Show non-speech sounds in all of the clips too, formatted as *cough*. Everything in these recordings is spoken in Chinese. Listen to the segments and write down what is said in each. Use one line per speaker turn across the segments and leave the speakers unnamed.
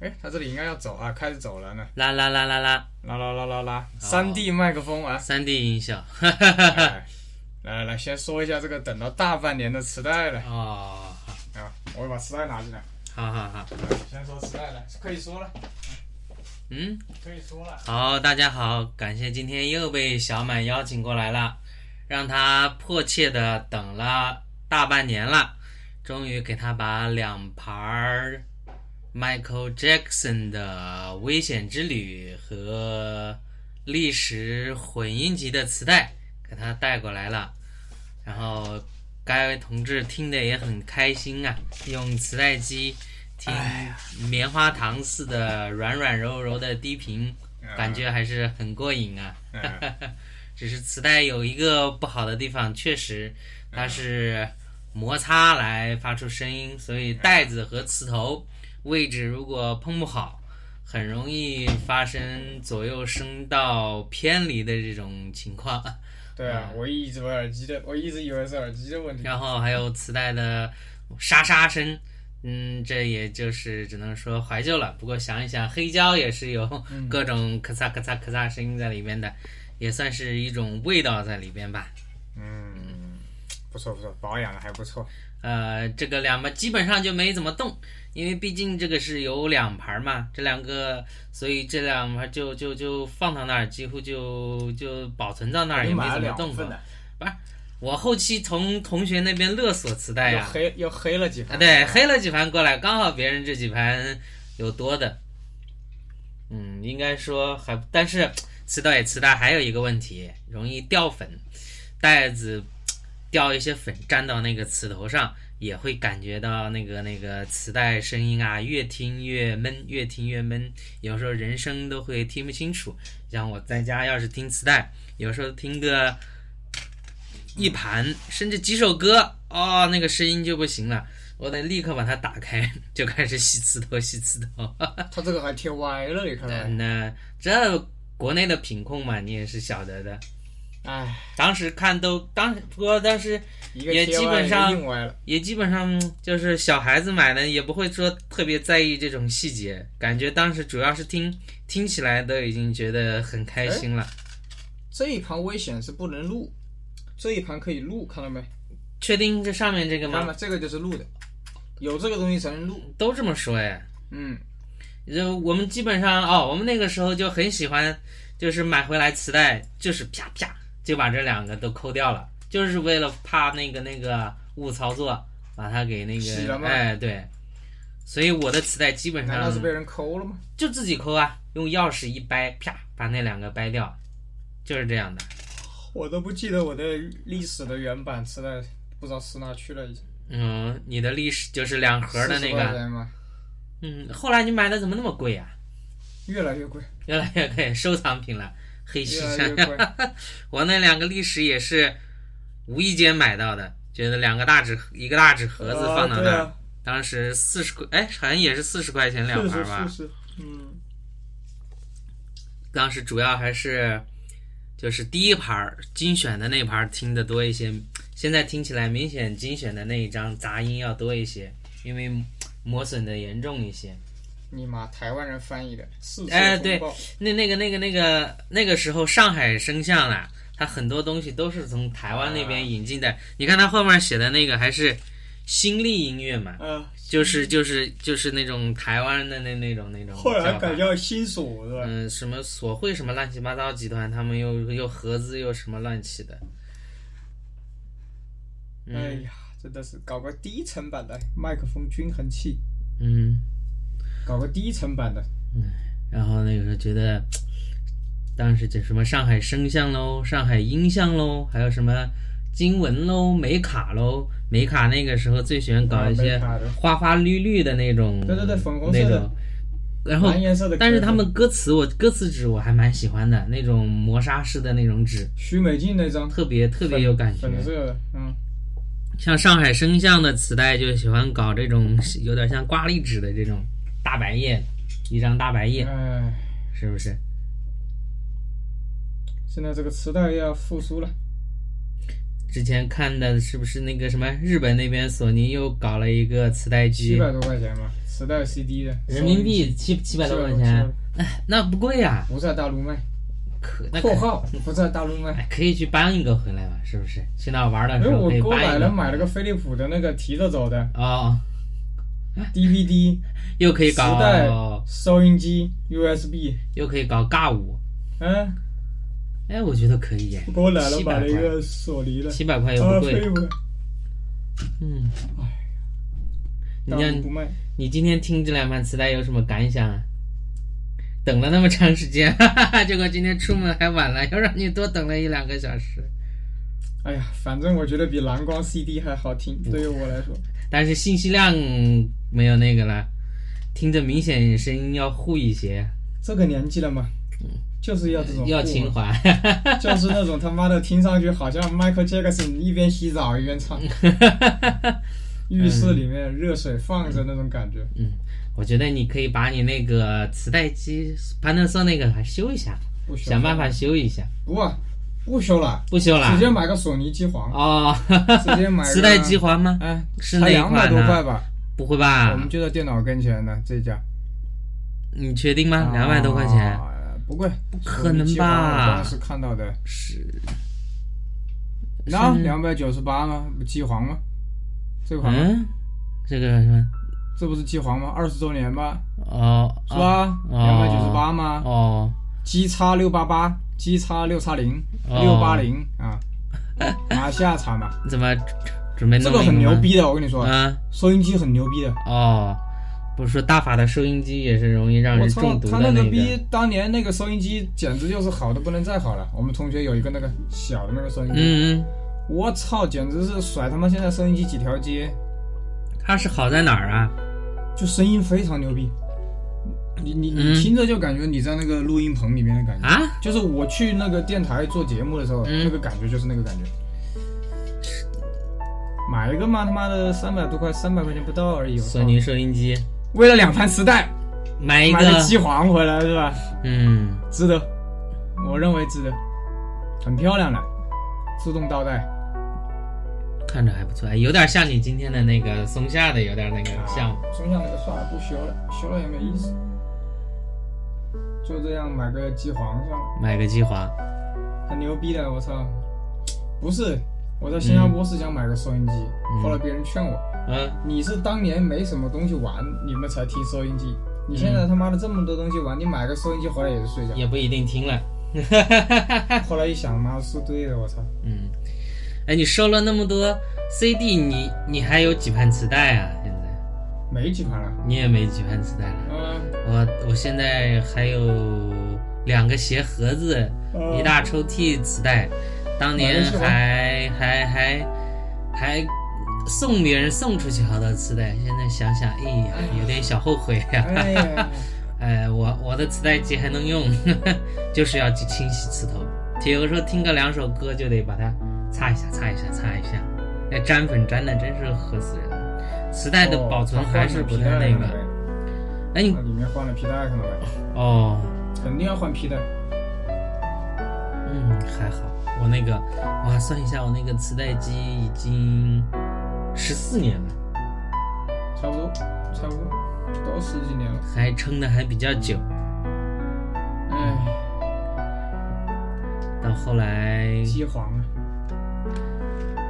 哎，他这里应该要走啊，开始走了呢。
啦啦啦啦啦，
啦啦啦啦啦，三 D 麦克风啊！ *laughs*
三 D 音效。 *laughs*
哎来来来，先说一下这个等了大半年的磁带了
哦，
啊！我会把磁带拿进来。
好好好，
先说磁带了，可以说了，
嗯，
可以说了。
好，大家好，感谢今天又被小满邀请过来了，让他迫切的等了大半年了，终于给他把两盘儿 Michael Jackson 的《危险之旅》和历史混音集的磁带给他带过来了，然后该位同志听得也很开心啊，用磁带机听棉花糖似的软软柔柔的低频。
啊
感觉还是很过瘾啊。 *laughs*
嗯
只是磁带有一个不好的地方，确实它是摩擦来发出声音，所以带子和磁头位置如果碰不好，很容易发生左右声道偏离的这种情况。
对 *laughs* 啊，我一直以为耳机的，我一直以为是耳机的问题。
然后还有磁带的沙沙声，嗯，这也就是只能说怀旧了。不过想一想，黑胶也是有各种咔嚓咔嚓咔嚓声音在里面的，也算是一种味道在里边吧。
嗯，不错不错，保养的还不错。
呃，这个两盘基本上就没怎么动，因为毕竟这个是有两盘嘛，这两个，所以这两盘就就就放到那儿，几乎就就保存到那
哎
儿，也没怎么动过。
的，
我后期从同学那边勒索磁带
又
呀、
黑又黑了几
啊，
盘。
对，黑了几盘过来，刚好别人这几盘有多的。嗯，应该说还，但是磁带也磁带还有一个问题，容易掉粉，袋子掉一些粉粘到那个磁头上，也会感觉到那个那个磁带声音啊，越听越闷，越听越闷，有时候人声都会听不清楚。像我在家要是听磁带，有时候听个一盘，甚至几首歌，哦，那个声音就不行了。我得立刻把它打开，就开始吸磁头，吸磁头。
它这个还贴歪了，你看到
那
没？
那这国内的品控嘛，你也是晓得的。
哎，
当时看都当不过当时
一个
也
贴
基
歪，
本
一
上
个硬歪了。
也基本上嗯就是小孩子买的，也不会说特别在意这种细节。感觉当时主要是听听起来都已经觉得很开心了。
这一盘危险是不能录，这一盘可以录，看到没？
确定这上面这个
看到
吗？
没？这个就是录的，有这个东西才能录。
都这么说哎。
嗯，
就我们基本上哦，我们那个时候就很喜欢，就是买回来磁带，就是啪啪就把这两个都抠掉了，就是为了怕那个那个误操作，把它给那
洗了
个
吗
哎对，所以我的磁带基本
难道
上
是被人抠了吗？
就自己抠啊，用钥匙一掰，啪把那两个掰掉，就是这样的。
我都不记得我的历史的原版磁带，不知道撕哪去了已经。
嗯，你的历史就是两盒的那
40块
个，
钱吗？
嗯，后来你买的怎么那么贵呀、
越来
*laughs*
越贵，
越来越贵，收藏品了，黑市
越
场。
来越贵。
我那两个历史也是无意间买到的，觉得两个大纸一个大纸盒子放到那儿，
啊
当时四十块，哎，好像也是四十块钱
对啊
两盘
是
儿吧。
是是，嗯，
当时主要还是就是第一盘儿精选的那盘儿听得多一些，现在听起来明显精选的那一张杂音要多一些，因为磨损的严重一些。
你妈台湾人翻译的，世界
哎
风暴
那那个那个那个那个时候上海声像啊，它很多东西都是从台湾那
啊
边引进的。你看它后面写的那个还是新力音乐嘛，
呃，
就是就是就是那种台湾的那那种那种
后来
叫法
改叫新锁，对吧？
嗯、什么索惠什么乱七八糟集团，他们又又合资又什么乱七的。嗯
哎呀，真的是搞个低成版的麦克风均衡器，
嗯，
搞个低成版的，
然后那个时候觉得，当时就什么上海声像喽，上海音像喽，还有什么金文喽、美卡喽。美卡那个时候最喜欢搞一
啊
些
美卡的
花花绿绿的那种，
对对对粉红色
那
的
种。然后
蓝颜色的壳，
哦但是他们歌词我歌词纸我还蛮喜欢的，那种磨砂式的那种纸，
许美静那张
特别特别有感觉。
粉色的，嗯，
像上海声像的磁带就喜欢搞这种有点像挂历纸的这种大白页，一张大白页，
哎，
是不是？
现在这个磁带要复苏了，
之前看的是不是那个什么日本那边索尼又搞了一个磁带
七
机，
百多块钱吧，磁带 CD 的，
人民币七七百多块钱，，哎，那不贵呀、
不在大陆卖。
可那可
括号不在大陆卖。
哎可以去搬一个回来嘛，是不是？去哎那玩的
没
时
有，
候
哎我
可以
给我买
搬一
了
个。
买了个飞利浦的那个提着走的
哦， *laughs*
DVD
又可以
磁带
搞，
收音机 USB，
又可以搞尬舞，
嗯，
哎，我觉得可以耶，
给我奶奶
700
买了一
块
个索尼的，
七百块也
啊，
不
飞利
贵。
浦
嗯，你
大
看
陆不卖，
你今天听这两盘磁带有什么感想啊？等了那么长时间， *laughs* 哈哈哈，结果今天出门还晚了，又让你多等了一两个小时。
哎呀，反正我觉得比蓝光 CD 还好听，
嗯
对于我来说，
但是信息量没有那个了，听着明显声音要糊一些，
这个年纪了嘛，就是要这种
嗯
啊
要
货
情怀。 *laughs*
就是那种他妈的听上去好像 Michael Jackson 一边洗澡一边唱，浴室里面热水放着那种感觉。
我觉得你可以把你那个磁带机 Panasonic 还修一下，
不修
想办法修一下。
不啊，不修了，
不修了
直接买个索尼机皇，
哦，
直接买个
*laughs* 磁带机皇吗？
哎，
是
才
哪一
两百
款
多块
呢？啊
吧？
不会
我
吧
们？就在电脑跟前呢，这家
你确定吗？两百多块钱？
啊不贵，不
可能吧
当时看到的，
是，
那
是
两百九十八吗？不机皇吗？这款吗
嗯，这个什么？
这不是机皇吗？二十周年吗？
哦，
是吧？两百九十八吗？
哦，
G 叉六八八，G 叉六叉零，
哦
六八零
*laughs*
啊，马来西亚产嘛，
你怎么准备
这
哎弄
个
一
很
吗
牛逼的，我跟你说，
啊？
收音机很牛逼的。
哦，不是说大法的收音机也是容易让
我
人
操
中，毒
他
的
那
个？
逼当年那个收音机简直就是好的不能再好了。我们同学有一个那个小的那个收音机，
嗯嗯，
我操，简直是甩他妈现在收音机几条街，
它是好在哪儿啊？
就声音非常牛逼。你你你
嗯
听着就感觉你在那个录音棚里面的感觉，
啊，
就是我去那个电台做节目的时候，
嗯
那个感觉就是那个感觉。买一个嘛，他妈的三百多块，三百块钱不到而已。我操
索尼收音机，
为了两盘磁带，
买一
买了
个，
机皇回来是吧？
嗯，
值得，我认为值得，很漂亮的，自动倒带，
看着还不错，哎有点像你今天的那个松下的，有点那个像。
松下那个算了，不修了，修了也没意思。就这样买个机皇算了，
买个机皇，
很牛逼的，我操！不是，我在新加坡是想买个收音机，后来别人劝我，
嗯，
你是当年没什么东西玩，你们才听收音机。你现在他妈的这么多东西玩，你买个收音机回来也是睡觉。哎
也不一定听了， *laughs*
后来一想，妈是对的，我操！
嗯，哎，你收了那么多 CD，你你还有几盘磁带啊？现在
没几盘了。
你也没几盘磁带了，
嗯，
我我现在还有两个鞋盒子，
呃
一大抽屉磁带，当年
买了是吧
还还还还送别人送出去好多磁带，现在想想，哎呀，有点小后悔呀、 *laughs*
哎呀，
哎，我我的磁带机还能用， *laughs* 就是要去清洗磁头。有的时候听个两首歌就得把它擦一下、擦一下、擦一下，那粘粉粘的真是吓死人了。磁带
哦
的保存还是不太那个。哎，你
那里面换了皮带可能没，
哦，
肯定要换皮带。
嗯，还好，我那个，我算一下，我那个磁带机已经十四年了，
差不多，差不多，都十几年了。
还撑的还比较久。
哎，
到后来，
机皇啊！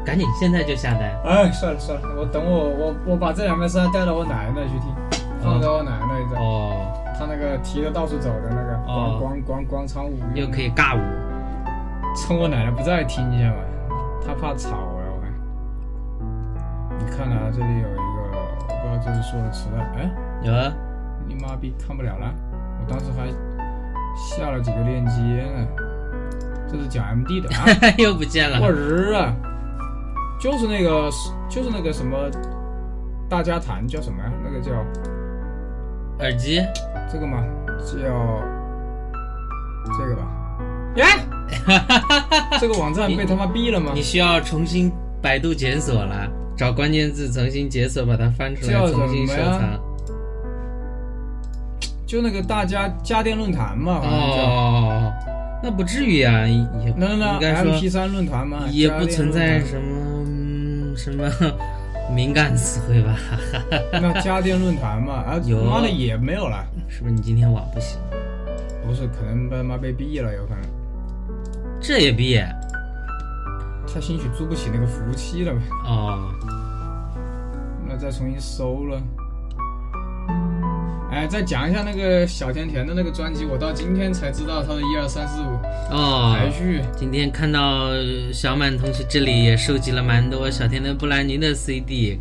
赶紧现在就下单。
哎，算了算了，我等我我我把这两盘磁带带到我奶奶那去听，放在我奶奶那一张，
哦，
她那个提着到处走的那个广
哦
广广广场舞，
又可以尬舞。
趁我奶奶不在听一下吧，她怕吵啊。我看你看啊，这里有一个，我不知道这是说的磁带，哎。
有啊， *laughs*
你妈逼看不了了！我当时还下了几个链接呢，这是讲 MD 的啊！
又不见了。
我日啊，就是那个就是那个什么大家谈叫什么呀？啊那个叫
耳机，
这个吗？叫这个吧？耶！这个网站被他妈逼了吗
你？需要重新百度检索了，找关键字重新解锁，把它翻出来
叫，
重新
什
收
么呀
藏。
就那个大家家电论坛嘛，好像叫。
哦，那不至于啊，也
那
应
那
该说
MP 三论坛嘛，
也
啊加
不
练
存
论坛
在什么嗯什么 *laughs* 敏感词汇吧？
那家电论坛
*laughs*
嘛，啊，
有
妈的也没有了，
是不是你今天网不行？
不是，可能他妈被逼了，有可能
这也毕业
他兴许租不起那个服务器了吧？
哦，
那再重新收了。哎，再讲一下那个小甜甜的那个专辑，我到今天才知道它的一二三四五
哦，
排序。
今天看到呃小满同学这里也收集了蛮多小甜甜布兰妮的 CD，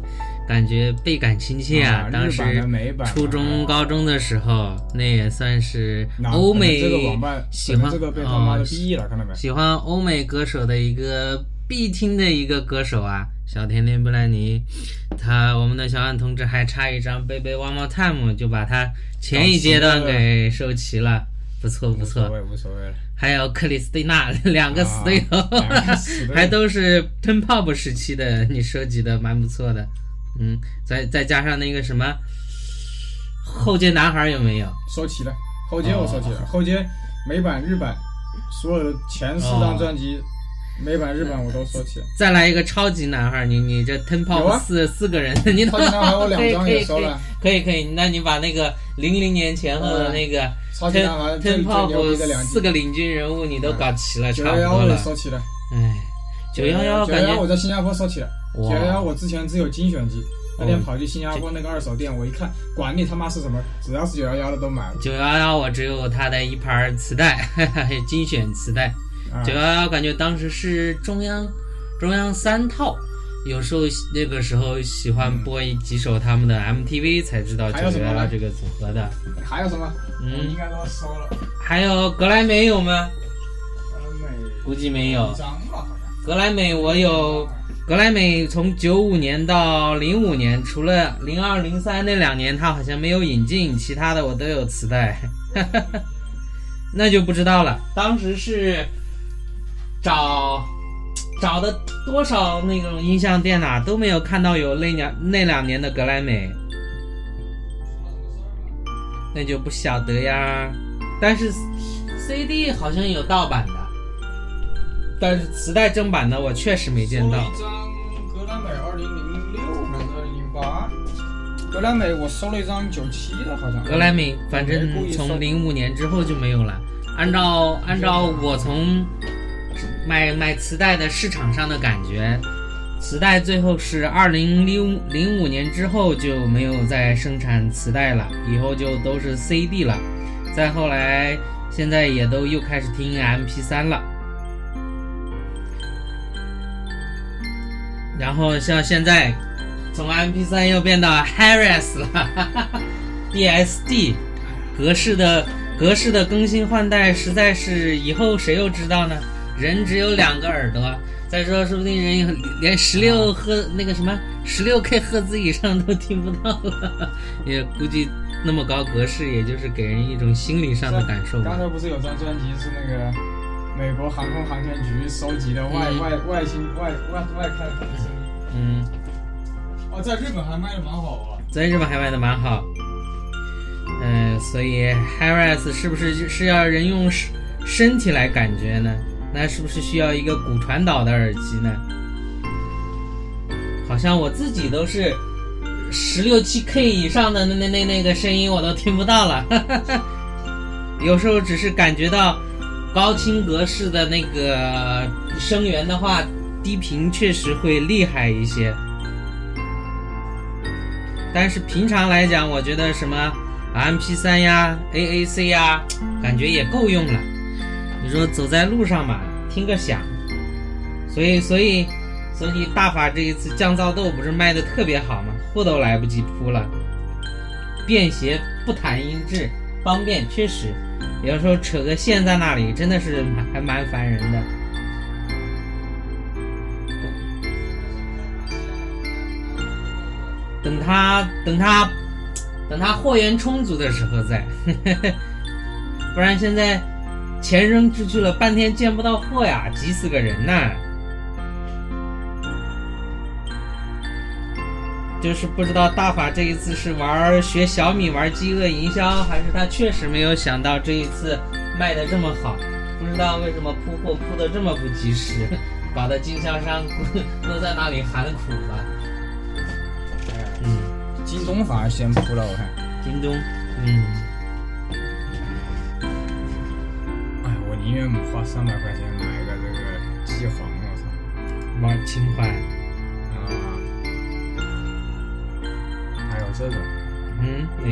感觉倍感亲切
啊
当
日版
时
的美版的
初中、高中的时候，那也算是
那
欧美
可能这个网办，
喜
可
欢
能这个被他妈的
哦
逼了，看到没？
喜欢欧美歌手的一个必听的一个歌手啊，小甜甜布兰妮。他我们的小安同志还差一张《贝贝 One More Time》，就把他前一阶段给收齐了，不错不
无所
错。
谓，无所谓了。
还有克里斯
*laughs*
蒂娜两个死对头，
啊两个死对头
*laughs* 还都是 Ten Pop 时期的，你收集的蛮不错的。嗯，再再加上那个什么后街男孩有没有？
收齐了，后街我收
哦
齐了，后街美版、日版，所有的前四张专辑，
哦
美版、日版我都收齐了。
再来一个超级男孩，你你这 Ten
有
Pop
啊
四、四个人，你
超级男孩我两张也收了，
*laughs* 可以可以，那你把那个零零年前后
嗯
的那个
超级
Ten
男孩最
Ten
最牛
Pop
逼的两
四
集，
个领军人物你都搞齐了，
九
差
幺
不
幺
多
我也
了。
收齐了，
哎，九幺幺
九
感
幺幺我在
觉
新加坡收齐了，九幺幺
哇，
我之前只有精选集，那
哦
天跑去新加坡那个二手店，我一看，管你他妈是什么，只要是九幺幺的都买了。
九幺幺我只有他的一盘磁带， *laughs* 精选磁带。
啊
九幺幺感觉当时是中央中央三套，有时候那个时候喜欢播一几首他们的 MTV 才知道
还
九
有什么
幺幺
呢
这个组合的。
还有什么？我
嗯
应，该都收了，
还有格莱美有吗？
呃每
估计没有
一。张吧，好像。啊
格莱美我有，格莱美从九五年到零五年，除了零二零三那两年他好像没有引进，其他的我都有磁带， *laughs* 那就不知道了。当时是找找的多少那种音像店呐、都没有看到有那两那两年的格莱美，那就不晓得呀。但是 CD 好像有盗版的，但是磁带正版的我确实没见
收了
到。
一张格莱美二零零六还是二零零八？格莱美我收了一张九七的，好像。
格莱美，反
没故
正
意
从
送
零五年之后就没有了。按照按照我从买买磁带的市场上的感觉，磁带最后是二零零零五年之后就没有再生产磁带了，以后就都是 CD 了。再后来，现在也都又开始听 MP 3了。然后像现在，从 MP 3又变到 Harris 了 *laughs* ，DSD，格式的格式的更新换代实在是以后谁又知道呢？人只有两个耳朵，再说说不定人有连十六赫那个什么十六 K 赫兹以上都听不到了，也估计那么高格式，也就是给人一种心理上的感受吧
刚。才不是有张专辑是那个美国航空航天局收集的外、
嗯
外外星外外外太空生命？
嗯。
哦，在日本还卖的蛮好啊。
在日本还卖的蛮好。嗯、所以 Harris 是不是就是要人用身身体来感觉呢？那是不是需要一个骨传导的耳机呢？好像我自己都是十六七 K 以上的那那那那个声音我都听不到了， *laughs* 有时候只是感觉到高清格式的那个声源的话，低频确实会厉害一些。但是平常来讲，我觉得什么 MP 3呀、AAC 呀，感觉也够用了。你说走在路上嘛，听个响，所以所以所以大法这一次降噪豆不是卖的特别好吗？货都来不及铺了，便携不谈音质，方便确实，有时候扯个线在那里真的是蛮还蛮烦人的。等他等他等他货源充足的时候再， *laughs* 不然现在钱扔出去了，半天见不到货呀，急死个人呐！就是不知道大法这一次是玩儿学小米玩儿饥饿营销，还是他确实没有想到这一次卖的这么好，不不知道为什么铺货铺的这么不及时， *laughs* 搞得经销商 *laughs* 都在那里喊苦了。嗯，
京东反而先铺了，我看。
京东，嗯。
哎，我宁愿花三百块钱买一个这个机皇，我操！
往情怀，
啊，还有这种，
嗯，那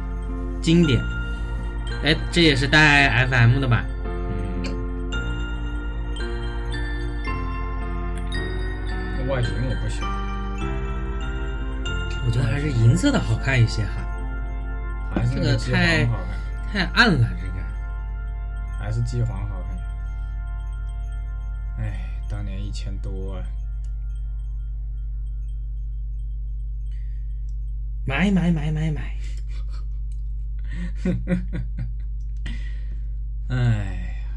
个经典，哎，这也是带 FM 的吧？
嗯，那外形我不喜欢，
我觉得还是银色的好看一些哈，
还是那
这个
个机
太
皇好看，
太暗了这个。
还是机皇好看。哎，当年一千多啊，
买买买买买，
哎呀，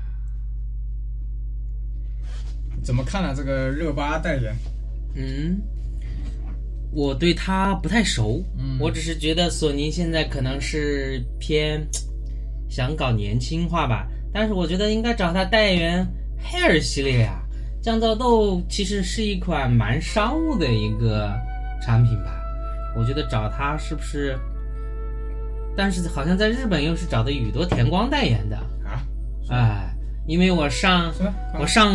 怎么看了、啊这个热巴代言？
嗯，我对它不太熟，
嗯
我只是觉得索尼现在可能是偏想搞年轻化吧，但是我觉得应该找他代言 Hair 系列啊。降噪豆其实是一款蛮商务的一个产品吧，我觉得找他是不是？但是好像在日本又是找的宇多田光代言的，
啊？
哎，因为我上
什么？
我上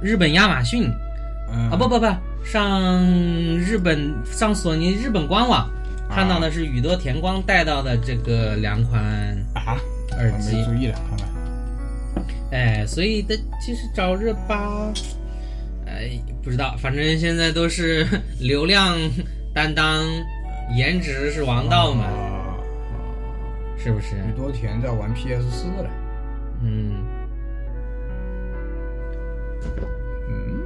日本亚马逊
嗯
啊不不不，上日本上索尼日本官
啊
网看到的是宇多田光带到的这个两款，
啊，
耳
我
机
没注意了，看看。
哎，所以的其实找热巴，哎不知道，反正现在都是 *laughs* 流量担当，颜值是王道嘛，
啊
是不是？
宇多田在玩 PS 四了。
嗯，
嗯，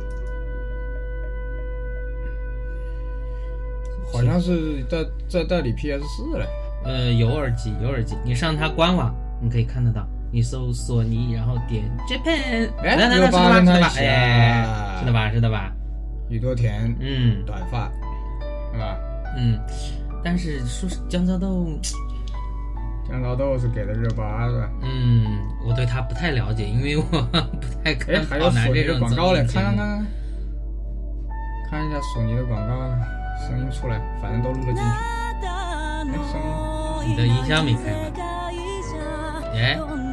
好像是在在代理 PS 四了。
呃有耳机有耳机，你上它官网你可以看得到。你搜索尼，然后点 Japan，
哎
来来来，
热
是的
巴
吧？
跟
是
他
的
一
吧？
起
哎
啊，
是的吧？是的吧？
宇多田
嗯
短发，是吧？
嗯，但是说是江泽豆，
像老豆是给的热巴是吧？
嗯，我对他不太了解，因为我 *laughs* 不太
哎，
看
还有
跑男
索
这
尼的
种
广告嘞，
综艺节
看看看
目。
看，看一下索尼的广告，声音出来，反正都录了进去。
你的音箱没开吧？哎，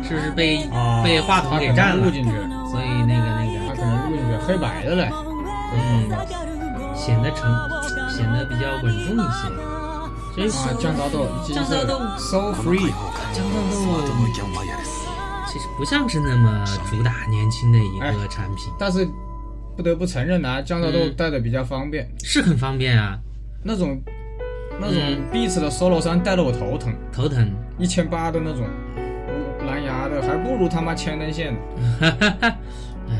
是不是被、
啊
被话筒给
他可
占
能
了
录？进去了，
所以那个那
他可
个
能录进去了黑白的嘞。
嗯显得成显得比较稳重一些。所以说
啊，降噪豆，金
降
色
噪豆
的 So Free，
江泽豆其实不像是那么主打年轻的一个
哎
产品，
但是不得不承认呐、降噪豆带的比较方便，
是很方便啊，
那种那种
嗯
Beats 的 Solo 三带的我头疼，
头疼。 *laughs*
一千八的那种，我蓝牙的还不如他妈千灯线呢。
哈哈哈，哎。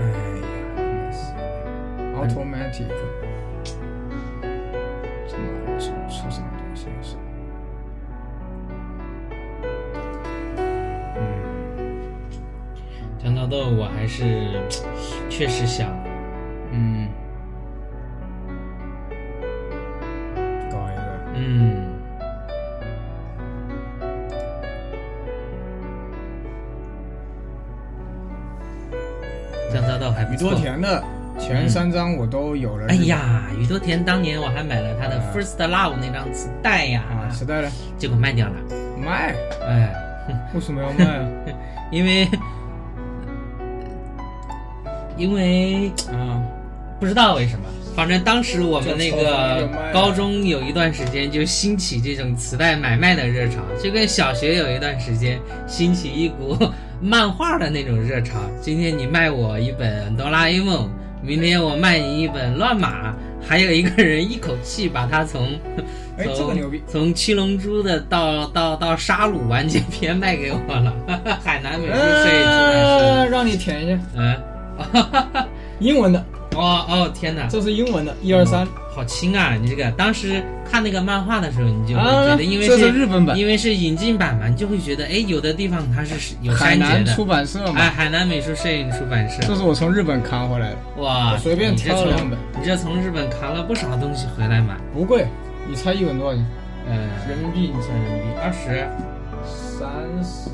哎呀，真的是 Automatic，这么出出什么东西是？嗯
长痘痘，我还是确实想，
嗯，搞一个
嗯，长痘痘还不
宇
错
多。田的前三张我都有了。
哎呀，宇多田当年我还买了他的
啊
《First Love》那张磁带呀，
啊，时代了，
结果卖掉了。
卖，
哎，
为什么要卖
*laughs*
啊？
因为因为
啊，
不知道为什么，反正当时我们那
就抽风就
个
卖啊
高中有一段时间就兴起这种磁带买卖的热潮，就跟小学有一段时间兴起一股 *laughs* 漫画的那种热潮。今天你卖我一本《哆啦 A 梦》，明天我卖你一本《乱马》，还有一个人一口气把它从
哎，这个牛逼
从！从七龙珠的到到到沙鲁完结篇卖给我了， *laughs* 海南美术摄影出版社，
呃，哎让你舔一下
嗯，
英文的，
*laughs* 哦哦天哪！
这是英文的，一二三。
好轻啊！你这个当时看那个漫画的时候，你就会觉
啊
得，因为
这是日本版，
因为是引进版嘛，你就会觉得，哎，有的地方它是有
海
删节
南出
的。
版社
哎，
嘛，
海南美术摄影出版社，
这是我从日本扛回来的，
哇，
我随便挑了
你这
两
从
本
你这从日本扛了不少东西回来嘛？
不贵。你猜一本多少钱？
嗯，
人民币你乘人民币
二十，
三十，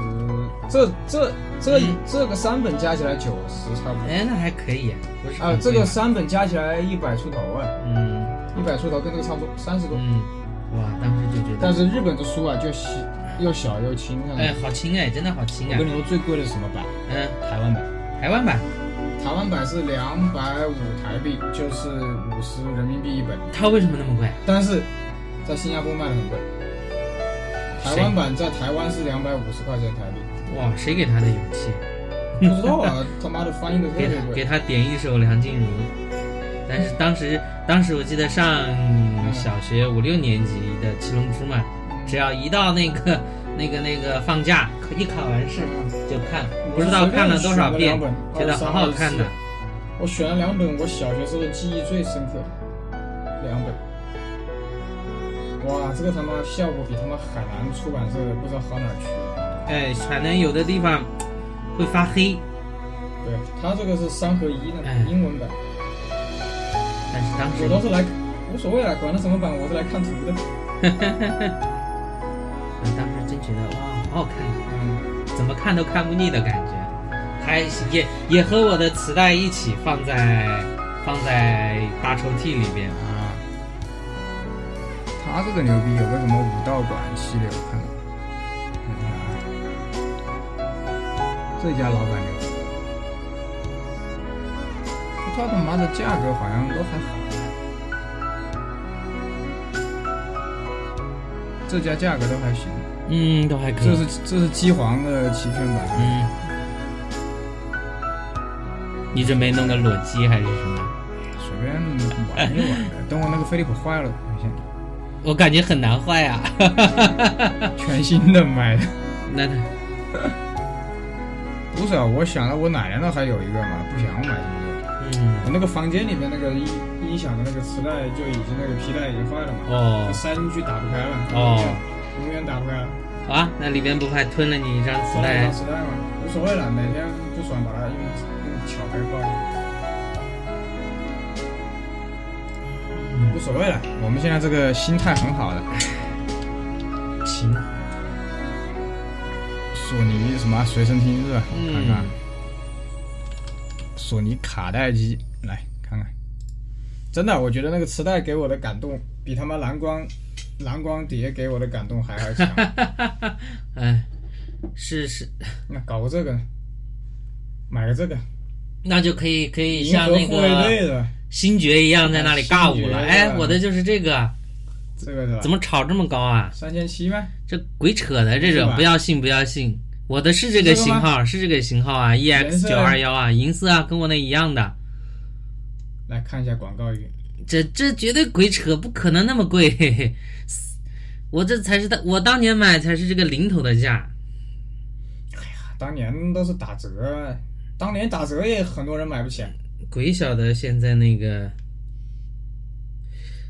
这这这
嗯
这个三本加起来九十差不多。
哎，那还可以，不是
啊，
很
这
贵
个
嘛
三本加起来一百出头啊，
嗯
一百出头跟这个差不多，三十多。
嗯，哇，当时就觉
但
得，
是日本的书啊，就细又小又轻啊。
哎，好轻哎，真的好轻
我
啊
跟，你说最贵的是什么版？
嗯，
台湾版。
台湾版，
台湾版是两百五台币，就是五十人民币一本，
它为什么那么贵？
但是在新加坡卖的很贵。台湾版在台湾是两百五十块钱台币，
*laughs* 哇，谁给他的勇气？啊
不知道啊，他妈的翻译的特
给
别
他给
贵。
他点一首梁静茹。但
嗯
是当时，当时我记得上小学五六年级的《七龙珠》嘛，
嗯
只要一到那个、那个、那个放假，可一考完试
嗯
就看，不知道看了多少遍，觉得好好看的。
我选了两本我小学时候记忆最深刻的两本。哇，这个他妈效果比他妈海南出版社不知道好哪儿去了。
哎，海南有的地方会发黑，
对，他这个是三合一的
哎
英文版，
但是当时
我都
*laughs*
是来无所谓了，管他什么版，我是来看图的。
我当时真觉得哇，好好看，啊
嗯，
怎么看都看不腻的感觉。还也也和我的磁带一起放在放在大抽屉里边。
啊，他这个牛逼，有个什么武道馆系列，我看到，看看啊，这家老板牛逼，他他妈的价格好像都还好。这家价格都还行，
嗯，都还可以。
这是这是机皇的齐全版，
嗯，你准备弄个裸机还是什么？
随便玩一玩呗。等我那个飞利浦坏了，等一下。
我感觉很难坏 *laughs* 啊。
全新的买的。
那
不是啊，我想到我奶奶那还有一个嘛，不想买这个。
嗯，
我那个房间里面那个音音响的那个磁带就已经那个皮带已经坏了嘛，
哦
塞进去打不开了，
哦，
永远，永远打不开了。
好啊，那里边不怕吞了你一张磁
装了一
带啊
张？磁带嘛，无所谓了，哪天不爽把它用用巧克力爆掉。
嗯
无所谓了，我们现在这个心态很好的。
行，
索尼什么随身听是吧？我看看、
嗯
索尼卡带机，来看看。真的，我觉得那个磁带给我的感动，比他妈蓝光蓝光碟给我的感动还要强。
*laughs* 哎，是是，
那搞个这个，买个这个，
那就可以可以
银
像
河
那
护卫队
个啊
的吧，
星爵一样在那里尬舞了。
星爵对
哎，
吧
我的就是这个，
这个是吧？
怎么炒这么高啊？
三千七吗？
这鬼扯的这
是
种，
吧
不要信不要信。我的是这个型号，是这个型号啊
颜
，EX
色
九
啊
二幺啊，银色啊，跟我那一样的。
来看一下广告语，
这这绝对鬼扯，不可能那么贵。嘿嘿我这才是当我当年买才是这个零头的价，
当年都是打折，当年打折也很多人买不起。啊
鬼晓得现在那个，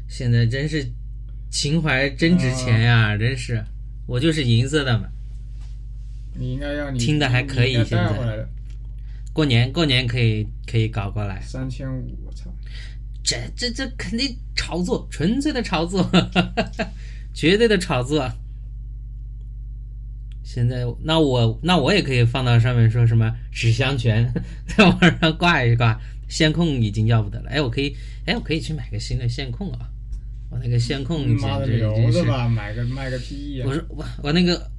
现在真是情怀真值钱呀、真是。我就是银色的嘛，
你应该要你
听得还可以
你应该带
现在
回来的
过年过年可以可以搞过来。
三千五，我操！
这这这肯定炒作，纯粹的炒作，绝对的炒作。现在，那我那我也可以放到上面说什么史湘泉， *laughs* 在网上挂一挂，线控已经要不得了。哎，我可以，哎，我可以去买个新的线控啊！我那个线控
妈
简
的
直已
留
经是
着，吧，买个卖个啊屁呀
我！说我我那个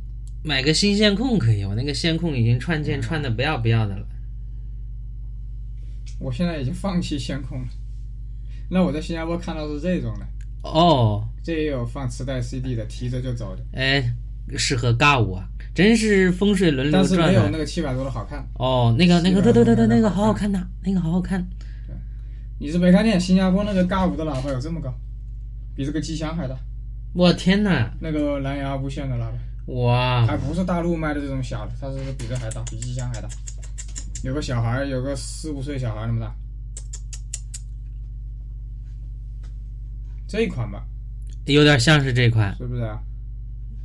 买个新线控可以，我那个线控已经串
嗯
线串的不要不要的了。
我现在已经放弃线控了。那我在新加坡看到是这种的，
哦，
这也有放磁带 CD 的，提着就走的，
哎，适合尬舞啊，真是风水轮流
但是
转
没
啊
有！那个七百多的好看。
哦，那个那个，
是
对
啊
对对对，
那个
那个
好
好好看呐，那个好好看。
你是没看见新加坡那个尬舞的喇叭有这么高，比这个机箱还大，
我天呐，
那个蓝牙无线的喇叭，还
哇，
不是大陆卖的这种小的，它是比这还大，比机箱还大。有个小孩，有个四五岁小孩那么大，这一款吧，
有点像是这款，
是不是啊？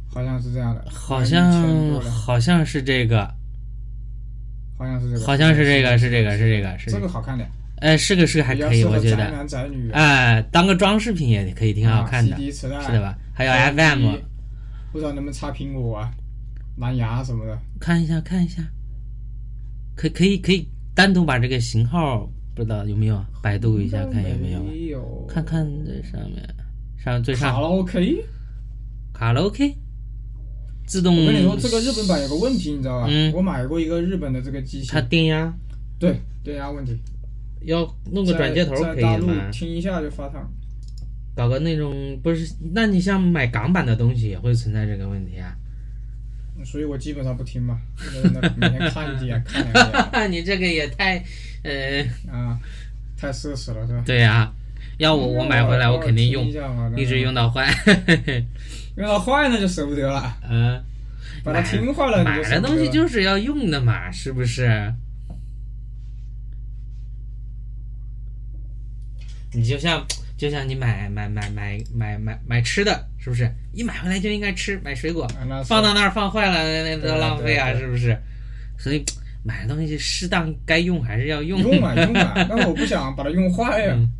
好像是这样的，
好
1000
像
多的
好像是这个，
好像是这个，
好像是这个，是这个，是这个，是
这
这
个
个。
好看点。
呃，是个是个还
比较
可以，
适
我
合
觉
宅
得，
男宅女，
呃，当个装饰品也可以挺好看的，
啊、CD 磁带
是的吧？还有
LP
FM，
哎不知道能不能插苹果啊、蓝牙什么的。
看一下看一下，可可以可以单独把这个型号不知道有没有百度一下看有没有，
没有。
看看这上面上最
卡
上
拉 OK，
卡拉 OK，自
我
动
跟你说，这个日本版有个问题，你知道吧？
嗯
我买过一个日本的这个机器
它，电压
对电压问题，
要弄个转接头
在
可
在
以
大
吗
陆？听一下就发烫。
搞个那种不是？那你像买港版的东西也会存在这个问题啊？ *laughs*
所以我基本上不听嘛，就在那每天看一眼，看两眼
你这个也太，呃，
啊，太奢侈了是吧？
对呀、要我我买回来我肯定用
偶尔听一，下嘛
一直，用到坏。 *laughs*
用到坏那就舍不得了，
嗯，
把它听坏了
买
你就舍
了
不得
东西
了
就是要用的嘛，是不是？你就像就像你买买买买买买买吃的，是不是？一买回来就应该吃，买水果，
啊那是
放到那儿放坏了，那那
对
多
啊
浪费啊，
对啊对啊
是不是？所以买东西适当该用还是要用。
用
*laughs*
啊用啊，但我不想把它用坏呀。
嗯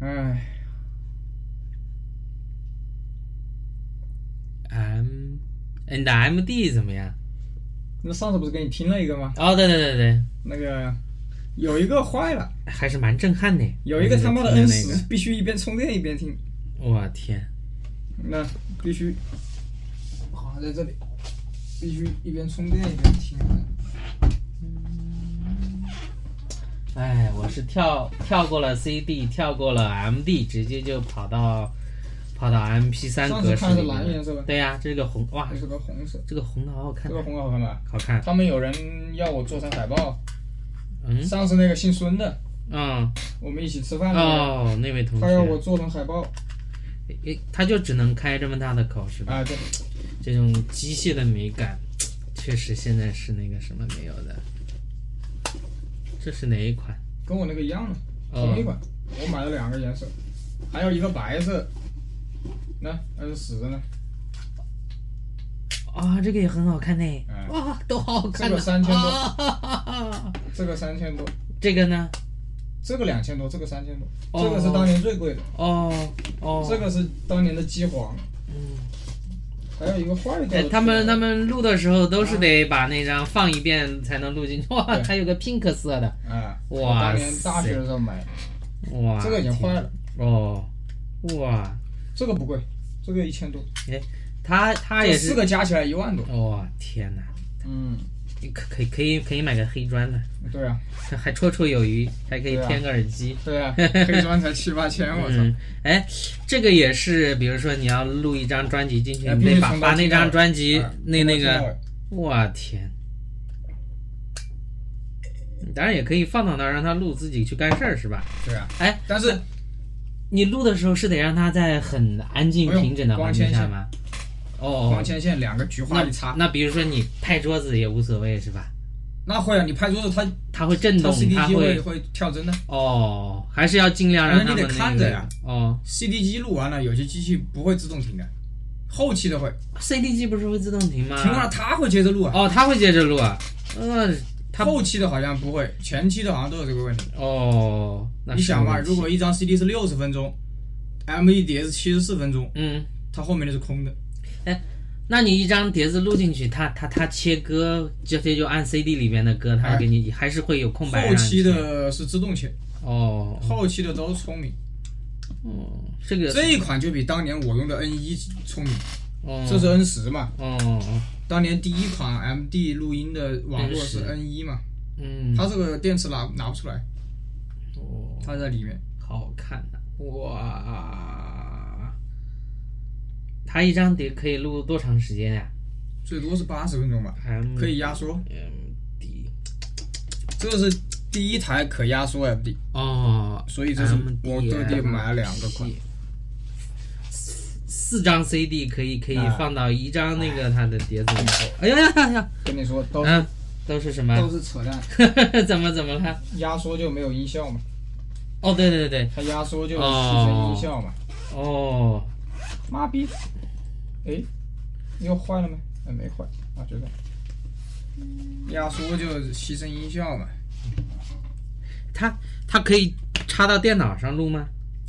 嗯
唉，
M，哎你的 MD 怎么样？
那上次不是给你听了一个吗？
哦，对对对对，
那个有一个坏了，
还是蛮震撼的。
有一个他妈的
我那
N
天听的
十必须一边充电一边听，
那个，我天，
那必须，好像在这里，必须一边充电一边听。
哎，我是跳跳过了 CD，跳过了 MD，直接就跑到跑到 MP3
上次
格式
看的
里
是蓝
面
颜色
了。
吧？
对呀、这个红哇
这，是个红色，
这个红的好好看
这，个红好看吧？
好看。
他们有人要我做成海报，
嗯
上次那个姓孙的，
嗯
我们一起吃饭的那个，
哦，那位同
他要我
学，
做成海报
诶他就只能开这么大的口是吧？
啊，对，
这种机械的美感，确实现在是那个什么没有的。这是哪一款？
跟我那个一样的。
哦
同一，款，我买了两个颜色，还有一个白色。那 N 十呢？
啊、这个也很好看呢、
嗯
哇，都好好看
这
呢、
个3000多
啊
这个三千多，
*laughs* 这个呢？
这个两千多，这个三千多，
哦
这个是当年最贵的，
哦哦，
这个是当年的机皇，
嗯，
还有一个坏掉
哎
的。
他们他们录的时候都是得把那张放一遍才能录进去。哇，
对
还有个 pink 色的，
啊，
哇
我当年大学的时候买，的，
哇，
这个已经坏了，
哦，哇，
这个不贵，这个一千多，
他他
这
也
四
是，
个加起来一万多。
哇，天哪，
嗯，
你可可以可以可以买个黑砖了，
对啊，
*laughs* 还绰绰有余，还可以
对啊
添个耳机。
对
*laughs*
啊，黑砖才七八千，我操！
嗯，哎，这个也是，比如说你要录一张专辑进去，
哎
你
必
得
须
把
从头
把
听
那
到
张
尾
专辑
哎
嗯那那个
从头听到尾
我天！当然也可以放到那儿让他录自己去干事儿，是吧？
对啊，
哎，
但是
你录的时候是得让他在很安静
不用
平整的环境下吗？哦
光，纤线两个菊花
那
一插，
那比如说你拍桌子也无所谓是吧？
那会啊，你拍桌子它
它会震
它
动，
CD
它
机
会
会跳针的。
哦，还是要尽量让他
那你
们
得
那
看
个
着呀
哦
CD 机录完了，有些机器不会自动停的，后期的会，
，CD 机不是会自动停吗？
停完了它会接着录啊。
哦，它会接着录啊，呃，它
后期的好像不会，前期的好像都有这个问题。
哦，那
你
是
想
个
嘛，
问题
如果一张 CD 是六十分钟，M 一碟是七十四分钟，
嗯，
它后面的是空的。
那你一张碟子录进去，它它它切歌，直接就按 CD 里边的歌，它
哎
给你、还是会有空白。啊
后期
让你
的是自动切，
切哦，
后期的都聪明。
哦，这个
这一款就比当年我用的 N 一聪明，
哦，
这是 N 十嘛？
哦哦
当年第一款 MD 录音的网络是 N 一嘛？
嗯，
它这个电池拿拿不出来，
哦
它在里面。
好看呐、哇！它一张碟可以录多长时间呀、
最多是八十分钟吧，
m
可以压缩。
M D
这个是第一台可压缩 FD，
哦，
所以这是
MD
我特地啊买了两个款。
四四张 CD 可以可以
哎
放到一张那个它的碟子里头。哎呀呀呀！
跟你说，都
嗯，都是什
嗯哦都
么？
是扯淡，
*laughs* 怎么怎么了？
压缩就没有音效嘛，
哦，对对对，
它压缩就牺牲音效嘛。
哦，
妈逼！哎，又啊坏了吗？哎，没坏啊，就这样。压缩就牺牲音效嘛，
它它可以插到电脑上录吗？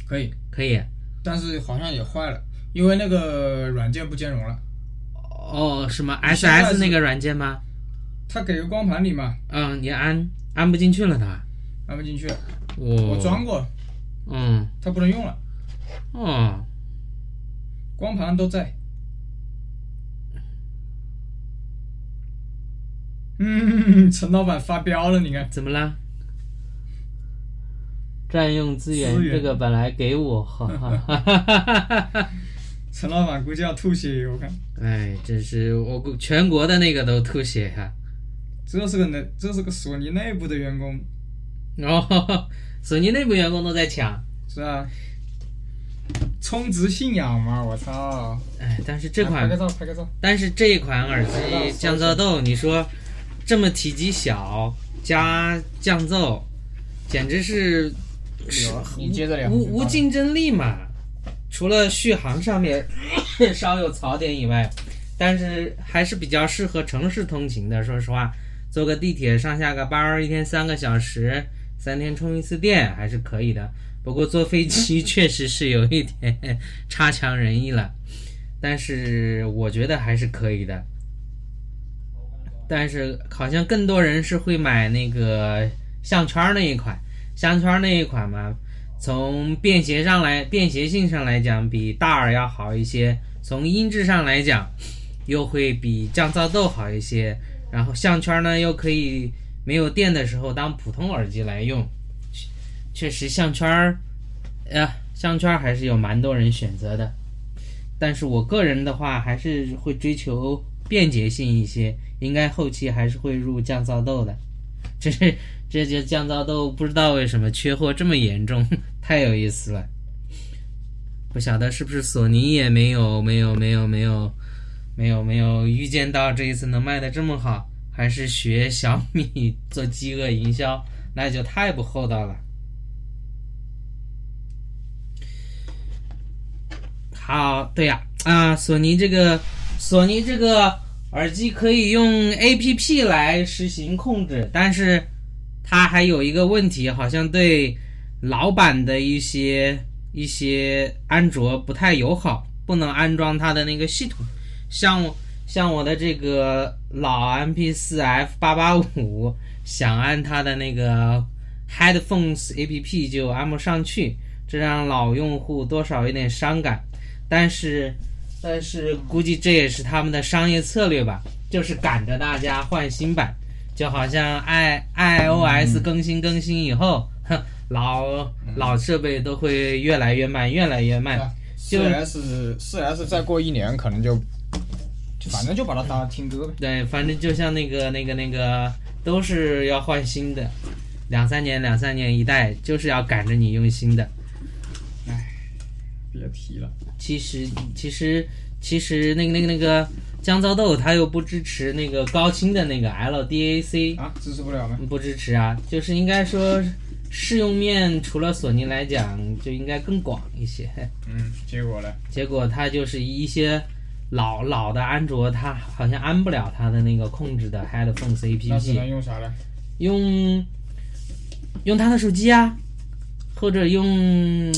可以，
可以。
但是好像也坏了，因为那个软件不兼容了。
哦，什么
你现在
SS
是
那个软件吗？
它给个光盘里嘛，
嗯，你安安不进去了它。
安不进去。
我
我装过，
嗯
它不能用了，
哦，
光盘都在。嗯， *laughs* 陈老板发飙了，你看，
怎么啦？占用资源，
资源
这个本来给我，哈哈哈哈哈哈！
陈老板估计要吐血，我看。
哎，真是我估全国的那个都吐血哈、
这是个能，这是个索尼内部的员工，
然后哦 *laughs* 索尼内部员工都在抢，
是啊，充值信仰嘛，我操！
哎，但是这
拍啊个
款，
照，拍个照。
但是这一款耳机降噪豆，你说这么体积小加降噪，简直是是
你接着啊聊
无无竞争力嘛。除了续航上面 *coughs* 稍有槽点以外，但是还是比较适合城市通勤的。说实话，坐个地铁上下个班儿，一天三个小时，三天充一次电还是可以的。不过坐飞机 *laughs* 确实是有一点 *laughs* 差强人意了，但是我觉得还是可以的。但是好像更多人是会买那个项圈儿那一款，项圈儿那一款嘛，从便携上来，便携性上来讲，比大耳要好一些；从音质上来讲，又会比降噪豆好一些。然后项圈呢，又可以没有电的时候当普通耳机来用。确确实，项圈儿，呃，项圈儿还是有蛮多人选择的。但是我个人的话，还是会追求便捷性一些，应该后期还是会入降噪豆的。这是这就降噪豆不知道为什么缺货这么严重， *laughs* 太有意思了。不晓得是不是索尼也没有没有没有没有没有没有预见到这一次能卖的这么好，还是学小米做饥饿营销，那就太不厚道了。好，对呀、啊，索尼这个索尼这个耳机可以用 APP 来实行控制，但是它还有一个问题，好像对老版的一些一些安卓不太友好，不能安装它的那个系统。像我像我的这个老 MP 4 F 八八五，想按它的那个 Headphones APP 就按不上去，这让老用户多少有点伤感。但是但是估计这也是他们的商业策略吧，就是赶着大家换新版，就好像 i iOS 更新更新以后，哼，老老设备都会越来越慢，越来越慢。
四 S 四 S 再过一年可能就，反正就把它当听歌呗。
对，反正就像那个那个那个，都是要换新的，两三年两三年一代，就是要赶着你用新的。
别提了，
其实其实其实那个那个那个降噪豆它又不支持那个高清的那个 LDAC，
啊，支持不了吗？
不支持啊，就是应该说适用面除了索尼来讲就应该更广一些。 *laughs*
嗯，结果呢？
结果它就是一些老老的安卓，它好像安不了它的那个控制的 Headphones
那只
APP。
能用啥呢？
用用他的手机啊，或啊者用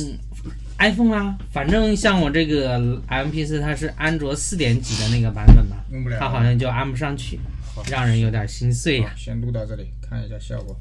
iPhone 啊，反正像我这个 MP 四，它是安卓四点几的那个版本嘛，
用不了。
它好像就安不上去，让人有点心碎呀、啊
好先录到这里，看一下效果。